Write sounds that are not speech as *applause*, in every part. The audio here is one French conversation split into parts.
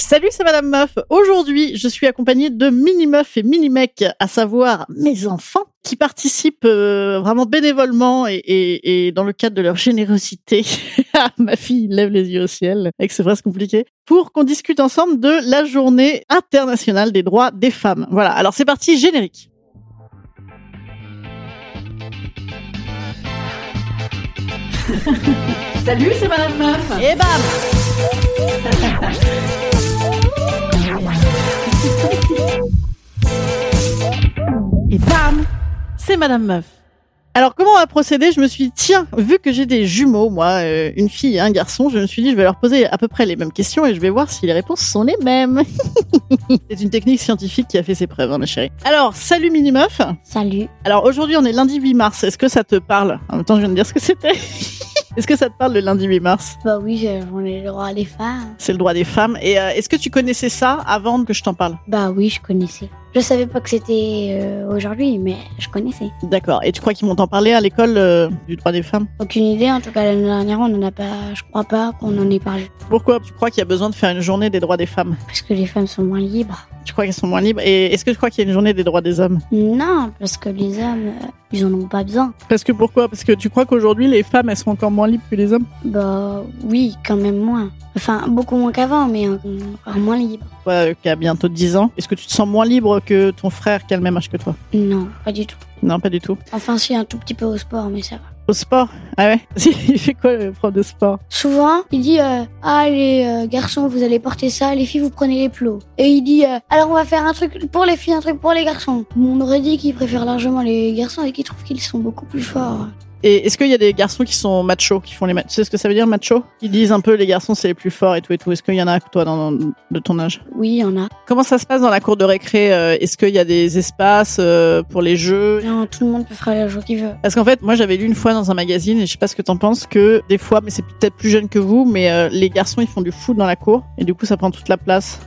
Salut, c'est Madame Meuf. Aujourd'hui, je suis accompagnée de mini meufs et mini mecs, à savoir mes enfants, qui participent euh, vraiment bénévolement et, et- et dans le cadre de leur générosité. *laughs* Ah, Ma fille lève les yeux au ciel, et que c'est presque compliqué. Pour qu'on discute ensemble de la journée internationale des droits des femmes. Voilà. Alors c'est parti, générique. Salut, c'est Madame Meuf Et bam Et bam C'est Madame Meuf. Alors comment on va procéder Je me suis dit, tiens, vu que j'ai des jumeaux, moi, euh, une fille et un garçon, je me suis dit, je vais leur poser à peu près les mêmes questions et je vais voir si les réponses sont les mêmes. *laughs* C'est une technique scientifique qui a fait ses preuves, hein, ma chérie. Alors, salut Mini Meuf. Salut. Alors aujourd'hui, on est lundi 8 mars. Est-ce que ça te parle En même temps, je viens de dire ce que c'était. *laughs* Est-ce que ça te parle le lundi 8 mars Bah oui, j'ai- on est le droit des femmes. C'est le droit des femmes. Et euh, est-ce que tu connaissais ça avant que je t'en parle Bah oui, je connaissais. Je savais pas que c'était euh, aujourd'hui, mais je connaissais. D'accord. Et tu crois qu'ils vont t'en parler à l'école euh, du droit des femmes Aucune idée, en tout cas l'année dernière, on en a pas. Je crois pas qu'on en ait parlé. Pourquoi tu crois qu'il y a besoin de faire une journée des droits des femmes Parce que les femmes sont moins libres. Tu crois qu'elles sont moins libres Et est-ce que tu crois qu'il y a une journée des droits des hommes Non, parce que les hommes, euh, ils en ont pas besoin. Parce que pourquoi Parce que tu crois qu'aujourd'hui les femmes elles sont encore moins libres que les hommes Bah oui, quand même moins. Enfin, beaucoup moins qu'avant, mais encore moins libre. Toi euh, qui as bientôt 10 ans, est-ce que tu te sens moins libre que ton frère qui a le même âge que toi Non, pas du tout. Non, pas du tout. Enfin, si, un tout petit peu au sport, mais ça va. Au sport Ah ouais *laughs* Il fait quoi le prof de sport Souvent, il dit euh, Ah, les euh, garçons, vous allez porter ça, les filles, vous prenez les plots. Et il dit euh, Alors, on va faire un truc pour les filles, un truc pour les garçons. On aurait dit qu'il préfère largement les garçons et qu'il trouve qu'ils sont beaucoup plus forts. Et est-ce qu'il y a des garçons qui sont machos, qui font les machos Tu sais ce que ça veut dire macho Ils disent un peu les garçons c'est les plus forts et tout et tout. Est-ce qu'il y en a toi dans, dans- de ton âge Oui, il y en a. Comment ça se passe dans la cour de récré euh, Est-ce qu'il y a des espaces euh, pour les jeux Non, tout le monde peut faire le jeu qu'il veut. Parce qu'en fait, moi j'avais lu une fois dans un magazine, et je sais pas ce que t'en penses, que des fois, mais c'est peut-être plus jeune que vous, mais euh, les garçons ils font du foot dans la cour, et du coup ça prend toute la place.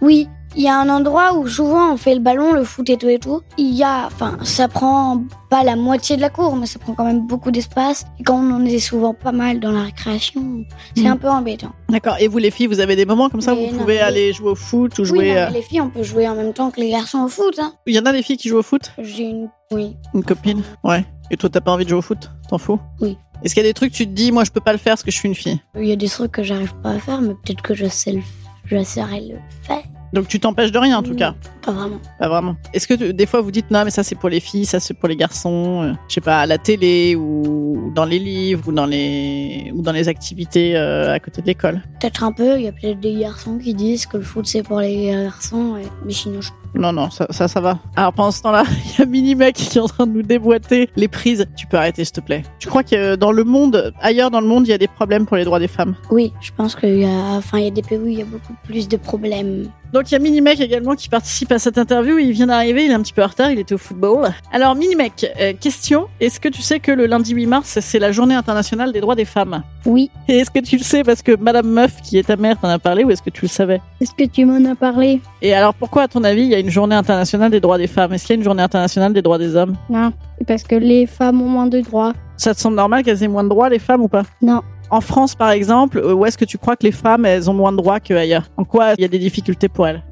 Oui, il y a un endroit où souvent on fait le ballon, le foot et tout et tout. Il y a, enfin, ça prend pas la moitié de la cour, mais ça prend quand même beaucoup d'espace. Et quand on en est souvent pas mal dans la récréation, c'est Mm. un peu embêtant. D'accord, et vous les filles, vous avez des moments comme ça où Mais vous non, pouvez mais- aller jouer au foot ou Oui, jouer. non, euh, mais les filles, on peut jouer en même temps que les garçons au foot. Hein. Il y en a des filles qui jouent au foot J'ai une. Oui. Une copine Ouais. Et toi t'as pas envie de jouer au foot T'en fous Oui. Est-ce qu'il y a des trucs tu te dis, moi je peux pas le faire parce que je suis une fille Il y a des trucs que j'arrive pas à faire, mais peut-être que je sais le. Je saurais le faire. Donc tu t'empêches de rien en tout Non, cas Pas vraiment. Pas vraiment. Est-ce que tu- des fois vous dites non, mais ça c'est pour les filles, ça c'est pour les garçons, euh, je sais pas, à la télé ou dans les livres ou dans les, ou dans les activités euh, à côté de l'école Peut-être un peu, il y a peut-être des garçons qui disent que le foot c'est pour les garçons, et- mais sinon je. Non, non, ça, ça, ça va. Alors pendant ce temps-là, *laughs* il y a Minimec qui est en train de nous déboîter les prises. Tu peux arrêter s'il te plaît. Tu crois que euh, dans le monde, ailleurs dans le monde, il y a des problèmes pour les droits des femmes Oui, je pense qu'il y a. Enfin, il y a des pays où il y a beaucoup plus de problèmes. Donc il y a Minimec également qui participe à cette interview. Il vient d'arriver, il est un petit peu en retard, il était au football. Alors Minimec, euh, question, est-ce que tu sais que le lundi 8 mars, c'est la journée internationale des droits des femmes Oui. Et est-ce que tu le sais parce que Madame Meuf, qui est ta mère, t'en a parlé ou est-ce que tu le savais Est-ce que tu m'en as parlé Et alors pourquoi, à ton avis, il y a une journée internationale des droits des femmes Est-ce qu'il y a une journée internationale des droits des hommes Non. Parce que les femmes ont moins de droits. Ça te semble normal qu'elles aient moins de droits, les femmes, ou pas Non. En France, par exemple, euh, où est-ce que tu crois que les femmes, elles ont moins de droits qu'ailleurs En quoi il y a des difficultés pour elles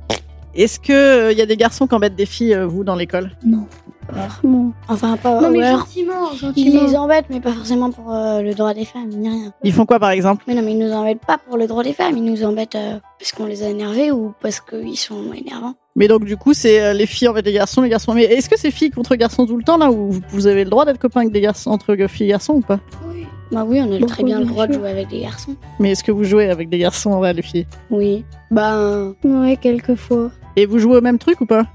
Est-ce que euh, il y a des garçons qui embêtent des filles, euh, vous, dans l'école Non. pas vraiment. Enfin, pas. Non, ou mais alors, gentiment, Ah ils gentiment. les embêtent, mais pas forcément pour euh, le droit des femmes, ni rien. Ils font quoi, par exemple Mais non, mais ils nous embêtent pas pour le droit des femmes, ils nous embêtent euh, parce qu'on les a énervés ou parce qu'ils sont énervants. Mais donc, du coup, c'est euh, les filles envers les garçons, les garçons. Mais est-ce que c'est filles contre garçons tout le temps, là, ou vous- vous avez le droit d'être copain avec des garçons, entre filles et garçons ou pas Bah oui, on a Bon, très bien le bien droit de sûr. jouer avec des garçons. Mais est-ce que vous jouez avec des garçons envers les filles Oui. Ben, Ouais, quelquefois. Et vous jouez au même truc ou pas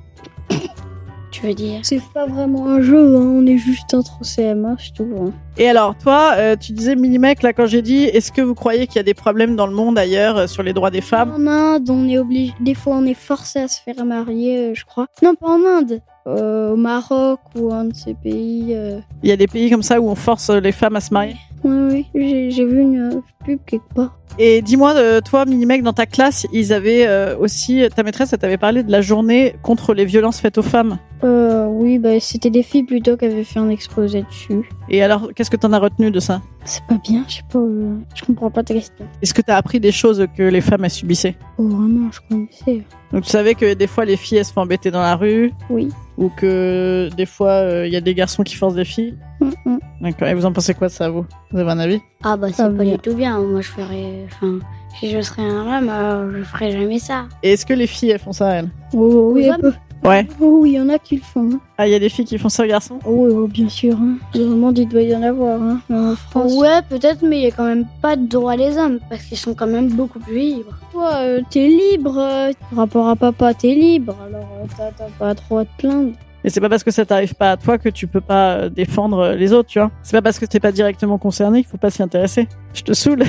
tu veux dire. C'est pas vraiment un jeu, hein, on est juste entre CM1, c'est tout. hein. Et alors, toi, euh, tu disais, Minimec, là, quand j'ai dit, est-ce que vous croyez qu'il y a des problèmes dans le monde ailleurs euh, sur les droits des femmes En Inde, on est obligé. Des fois, on est forcé à se faire marier, euh, je crois. Non, pas en Inde. Euh, au Maroc ou un de ces pays. euh. Il y a des pays comme ça où on force euh, les femmes à se marier Ouais, ouais. J'ai, j'ai vu une euh, pub quelque part. Et dis-moi, euh, toi, Minimec, dans ta classe, ils avaient euh, aussi, ta maîtresse, elle t'avait parlé de la journée contre les violences faites aux femmes. Euh, oui, bah, c'était des filles plutôt qui avaient fait un exposé dessus. Et alors, qu'est-ce que t'en as retenu de ça C'est pas bien, je sais pas. euh, je comprends pas ta question. Est-ce que t'as appris des choses que les femmes, elles subissaient Oh, vraiment, je connaissais. Donc, tu savais que des fois, les filles, elles se font embêter dans la rue Oui. Ou que des fois, euh, il y a des garçons qui forcent des filles Mm, mm. D'accord. Et vous en pensez quoi de ça, vous Vous avez un avis Ah bah c'est Ah, pas bien. du tout bien. Moi je ferais. Enfin, si je serais un homme, euh, je ferais jamais ça. Et est-ce que les filles, elles font ça, elles Oh, oui, Aux un peu. Ouais. Oh, oui, il y en a qui le font. hein. Ah, il y a des filles qui font ça aux garçons Oh, oui, oh, bien sûr. Hein. Dans le monde, il doit y en avoir. Hein. En France. Ouais, peut-être, mais il y a quand même pas de droit les hommes parce qu'ils sont quand même beaucoup plus libres. Toi, euh, t'es libre. euh, par rapport à papa, t'es libre. Alors, euh, t'as, t'as pas trop à te plaindre. Mais c'est pas parce que ça t'arrive pas à toi que tu peux pas euh, défendre euh, les autres, tu vois. C'est pas parce que t'es pas directement concerné qu'il faut pas s'y intéresser. Je te saoule.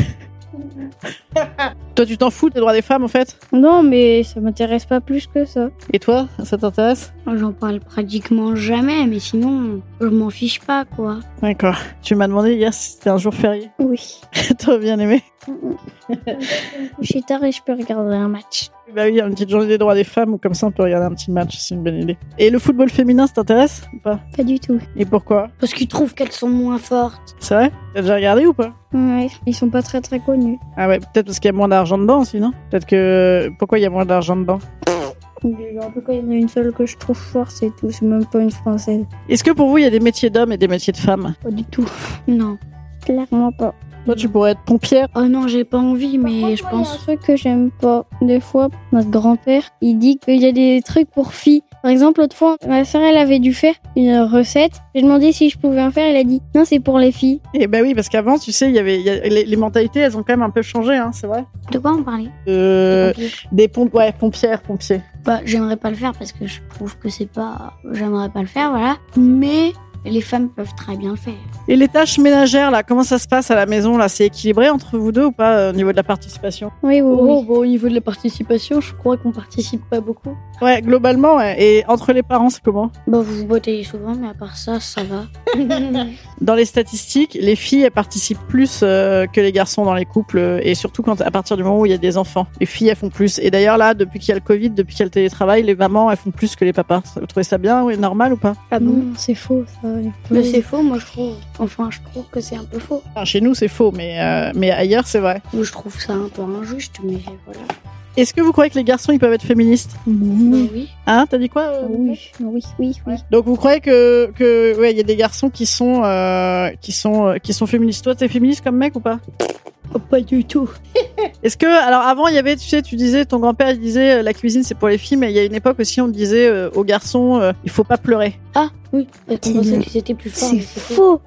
toi, tu t'en fous des droits des femmes, en fait Non, mais ça m'intéresse pas plus que ça. Et toi, ça t'intéresse Moi, J'en parle pratiquement jamais, mais sinon, je m'en fiche pas quoi. D'accord. Tu m'as demandé hier si c'était un jour férié. *laughs* Oui. T'aurais bien aimé. Je suis tard et je peux regarder un match. Bah oui, il y a une petite journée des droits des femmes, ou comme ça on peut regarder un petit match, c'est une bonne idée. Et le football féminin, ça t'intéresse ou pas Pas du tout. Et pourquoi Parce qu'ils trouvent qu'elles sont moins fortes. C'est vrai T'as déjà regardé ou pas Ouais, ils sont pas très très connus. Ah ouais, peut-être parce qu'il y a moins d'argent dedans aussi, non Peut-être que... Pourquoi il y a moins d'argent dedans Mais En tout cas, il y en a une seule que je trouve forte, c'est tout. C'est même pas une française. Est-ce que pour vous, il y a des métiers d'hommes et des métiers de femmes Pas du tout. Non. Clairement pas. Toi, tu pourrais être pompière. Oh non, j'ai pas envie, Par mais contre, je moi, Il y a un pense. truc que j'aime pas. Des fois, notre grand-père, il dit qu'il y a des trucs pour filles. Par exemple, l'autre fois, ma soeur, elle avait dû faire une recette. J'ai demandé si je pouvais en faire. Elle a dit non, c'est pour les filles. Eh ben oui, parce qu'avant, tu sais, il y avait il y a- les, les mentalités, elles ont quand même un peu changé, hein, c'est vrai. De quoi on parlait Euh, Ok. des pompes, ouais, pompières, pompiers. Bah, j'aimerais pas le faire parce que je trouve que c'est pas. J'aimerais pas le faire, voilà. Mais les femmes peuvent très bien le faire. Et les tâches ménagères, là, comment ça se passe à la maison, là C'est équilibré entre vous deux ou pas euh, au niveau de la participation Oui, oui, Oh, oui. bah, au niveau de la participation, je crois qu'on participe pas beaucoup. Ouais, globalement, ouais. et entre les parents, c'est comment Bah, vous vous bottez souvent, mais à part ça, ça *laughs* va. Dans les statistiques, les filles, elles participent plus euh, que les garçons dans les couples, euh, et surtout quand, à partir du moment où il y a des enfants. Les filles, elles font plus. Et d'ailleurs, là, depuis qu'il y a le Covid, depuis qu'il y a le télétravail, les mamans, elles font plus que les papas. Vous trouvez ça bien ou normal ou pas Ah Non, c'est faux, ça. Mais c'est faux, moi je trouve. Enfin, je trouve que c'est un peu faux. Enfin, Chez nous, c'est faux, mais, euh, mais ailleurs, c'est vrai. Ou je trouve ça un peu injuste, mais voilà. Est-ce que vous croyez que les garçons ils peuvent être féministes Oui, Bah oui. Hein T'as dit quoi euh, Ah oui, oui, oui. Donc vous croyez que que ouais il y a des garçons qui sont euh, qui sont euh, qui sont féministes. Toi t'es féministe comme mec ou pas Oh, pas du tout. *laughs* Est-ce que alors avant il y avait tu sais tu disais ton grand père il disait euh, la cuisine c'est pour les filles mais il y a une époque aussi on disait euh, aux garçons euh, il faut pas pleurer. Ah, oui, parce qu'on C'est pensait le- qu'ils étaient plus forts. C'est mais c'est faux.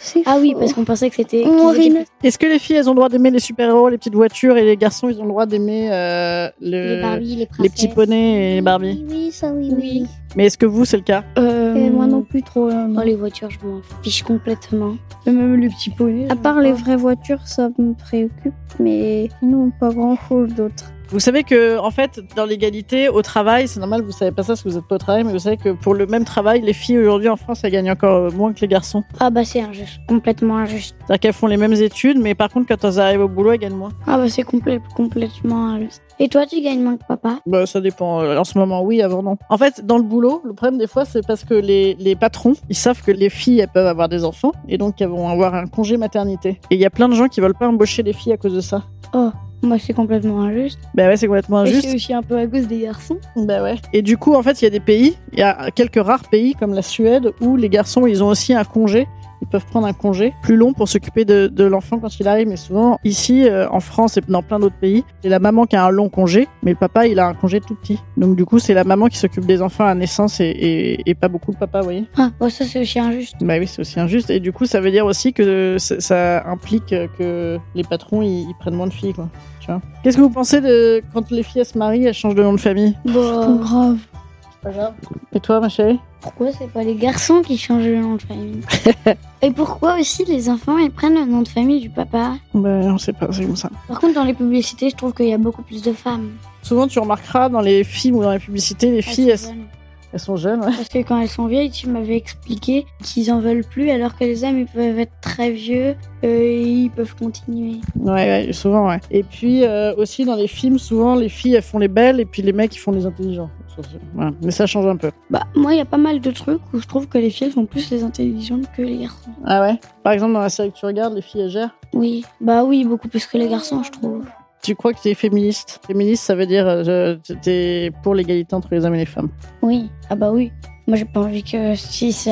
C'est Ah oui, faux. parce qu'on pensait que c'était. On qu'ils étaient rime. Est-ce que les filles elles ont le droit d'aimer les super héros les petites voitures et les garçons ils ont le droit d'aimer euh, plus- le- Les Barbies, les princesses. les petits poneys et les Barbies. Oui, oui, ça, oui, Oui. oui. Mais est-ce que vous c'est le cas Euh, Et moi non plus trop. euh, Oh, les voitures, je m'en fiche complètement. Même le petit poney. À part les vraies voitures, ça me préoccupe, mais sinon, pas grand chose d'autre. Vous savez que, en fait, dans l'égalité au travail, c'est normal, vous savez pas ça parce que vous êtes pas au travail, mais vous savez que pour le même travail, les filles aujourd'hui en France, elles gagnent encore euh, moins que les garçons. Ah bah c'est injuste, complètement injuste. C'est-à-dire qu'elles font les mêmes études, mais par contre, quand elles arrivent au boulot, elles gagnent moins. Ah bah c'est complè- complètement injuste. Et toi, tu gagnes moins que papa Bah, ça dépend. Euh, En ce moment, oui, avant, non. En fait, dans le boulot, le problème des fois, c'est parce que les, les patrons, ils savent que les filles, elles peuvent avoir des enfants, et donc elles vont avoir un congé maternité. Et il y a plein de gens qui veulent pas embaucher les filles à cause de ça. Oh, Moi, Bah, c'est complètement injuste. Ben ouais, c'est complètement Et injuste. c'est aussi un peu à cause des garçons. Ben ouais. Et du coup, en fait, il y a des pays, il y a quelques rares pays comme la Suède où les garçons, ils ont aussi un congé. Ils peuvent prendre un congé plus long pour s'occuper de, de l'enfant quand il arrive. Mais souvent, ici, euh, en France et dans plein d'autres pays, c'est la maman qui a un long congé, mais le papa, il a un congé tout petit. Donc du coup, c'est la maman qui s'occupe des enfants à naissance et, et- et pas beaucoup le papa, vous voyez. Ah, bon, ça, c'est aussi injuste. Bah oui, c'est aussi injuste. Et du coup, ça veut dire aussi que ça, ça implique que les patrons, ils, ils prennent moins de filles, quoi. Tu vois. Qu'est-ce que vous pensez de quand les filles elles se marient, elles changent de nom de famille Bah, Oh, grave. Et toi, ma chérie Pourquoi c'est pas les garçons qui changent le nom de famille Et pourquoi aussi les enfants, ils prennent le nom de famille du papa Ben, on sait pas, c'est comme ça. Par contre, dans les publicités, je trouve qu'il y a beaucoup plus de femmes. Souvent, tu remarqueras dans les films ou dans les publicités, les Elles filles, elles, sont jeunes. elles sont jeunes, ouais. Parce que quand elles sont vieilles, tu m'avais expliqué qu'ils en veulent plus, alors que les hommes, ils peuvent être très vieux euh, et ils peuvent continuer. Ouais, ouais, souvent, ouais. Et puis, euh, aussi, dans les films, souvent, les filles, elles font les belles et puis les mecs, ils font les intelligents. Voilà. Mais ça change un peu. Bah, moi, il y a pas mal de trucs où je trouve que les filles elles sont plus les intelligentes que les garçons. Ah ouais Par exemple, dans la série que tu regardes, les filles, elles gèrent. Oui, bah oui, beaucoup plus que les garçons, je trouve. Tu crois que t'es féministe Féministe, ça veut dire euh, je- t'es pour l'égalité entre les hommes et les femmes. Oui, ah bah oui. Moi, j'ai pas envie que Euh, si ça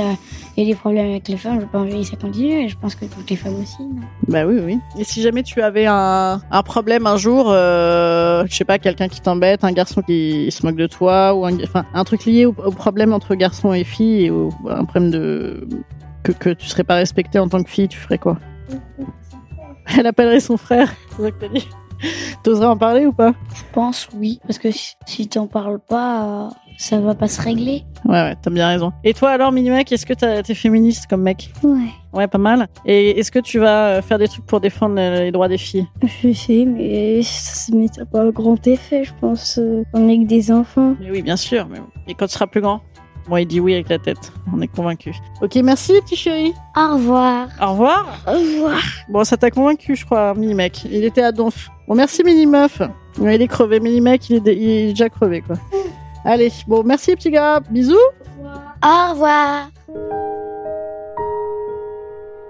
il y a des problèmes avec les femmes, j'ai pas envie que ça continue. Et je pense que toutes les femmes aussi. non Bah oui, oui. Et si jamais tu avais un, un problème un jour, euh, je sais pas, quelqu'un qui t'embête, un garçon qui se moque de toi, ou un, enfin, un truc lié au, au problème entre garçons et filles, et au, un problème de que, que tu serais pas respectée en tant que fille, tu ferais *laughs* quoi Elle appellerait son frère. C'est ça que t'as dit. T'oserais en parler ou pas Je pense oui, parce que si- si t'en parles pas, euh, ça va pas se régler. Ouais, ouais, t'as bien raison. Et toi alors, Minimac, est-ce que t'as- t'es féministe comme mec Ouais. Ouais, pas mal. Et est-ce que tu vas euh, faire des trucs pour défendre euh, les droits des filles Je sais, mais ça n'a pas grand effet, je pense. euh, On est que des enfants. Mais oui, bien sûr. Mais... Et quand tu seras plus grand Moi, il dit oui avec la tête. On est convaincu. Ok, merci, petit chéri. Au revoir. Au revoir. Au revoir. Bon, ça t'a convaincu, je crois, Minimec. Il était à Donf. Bon, merci, Minimeuf. Ouais, il est crevé. Minimec, il est, dé- il est déjà crevé, *laughs* quoi. Allez, bon, merci, petit gars. Bisous. Au revoir.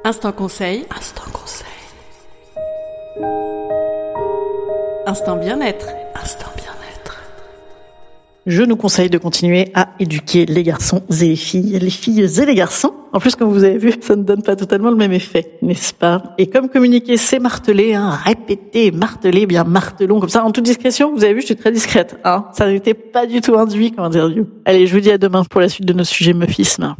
Instant conseil. Instant conseil. Instant bien-être. Instant bien-être. Je nous conseille de continuer à éduquer les garçons et les filles, les filles et les garçons. En plus, comme vous avez vu, ça ne donne pas totalement le même effet, n'est-ce pas Et comme communiquer, c'est marteler, hein, répéter, marteler, bien martelons, comme ça, en toute discrétion. Vous avez vu, je suis très discrète. Hein ça n'était pas du tout induit comme interview. Allez, je vous dis à demain pour la suite de nos sujets meufisme.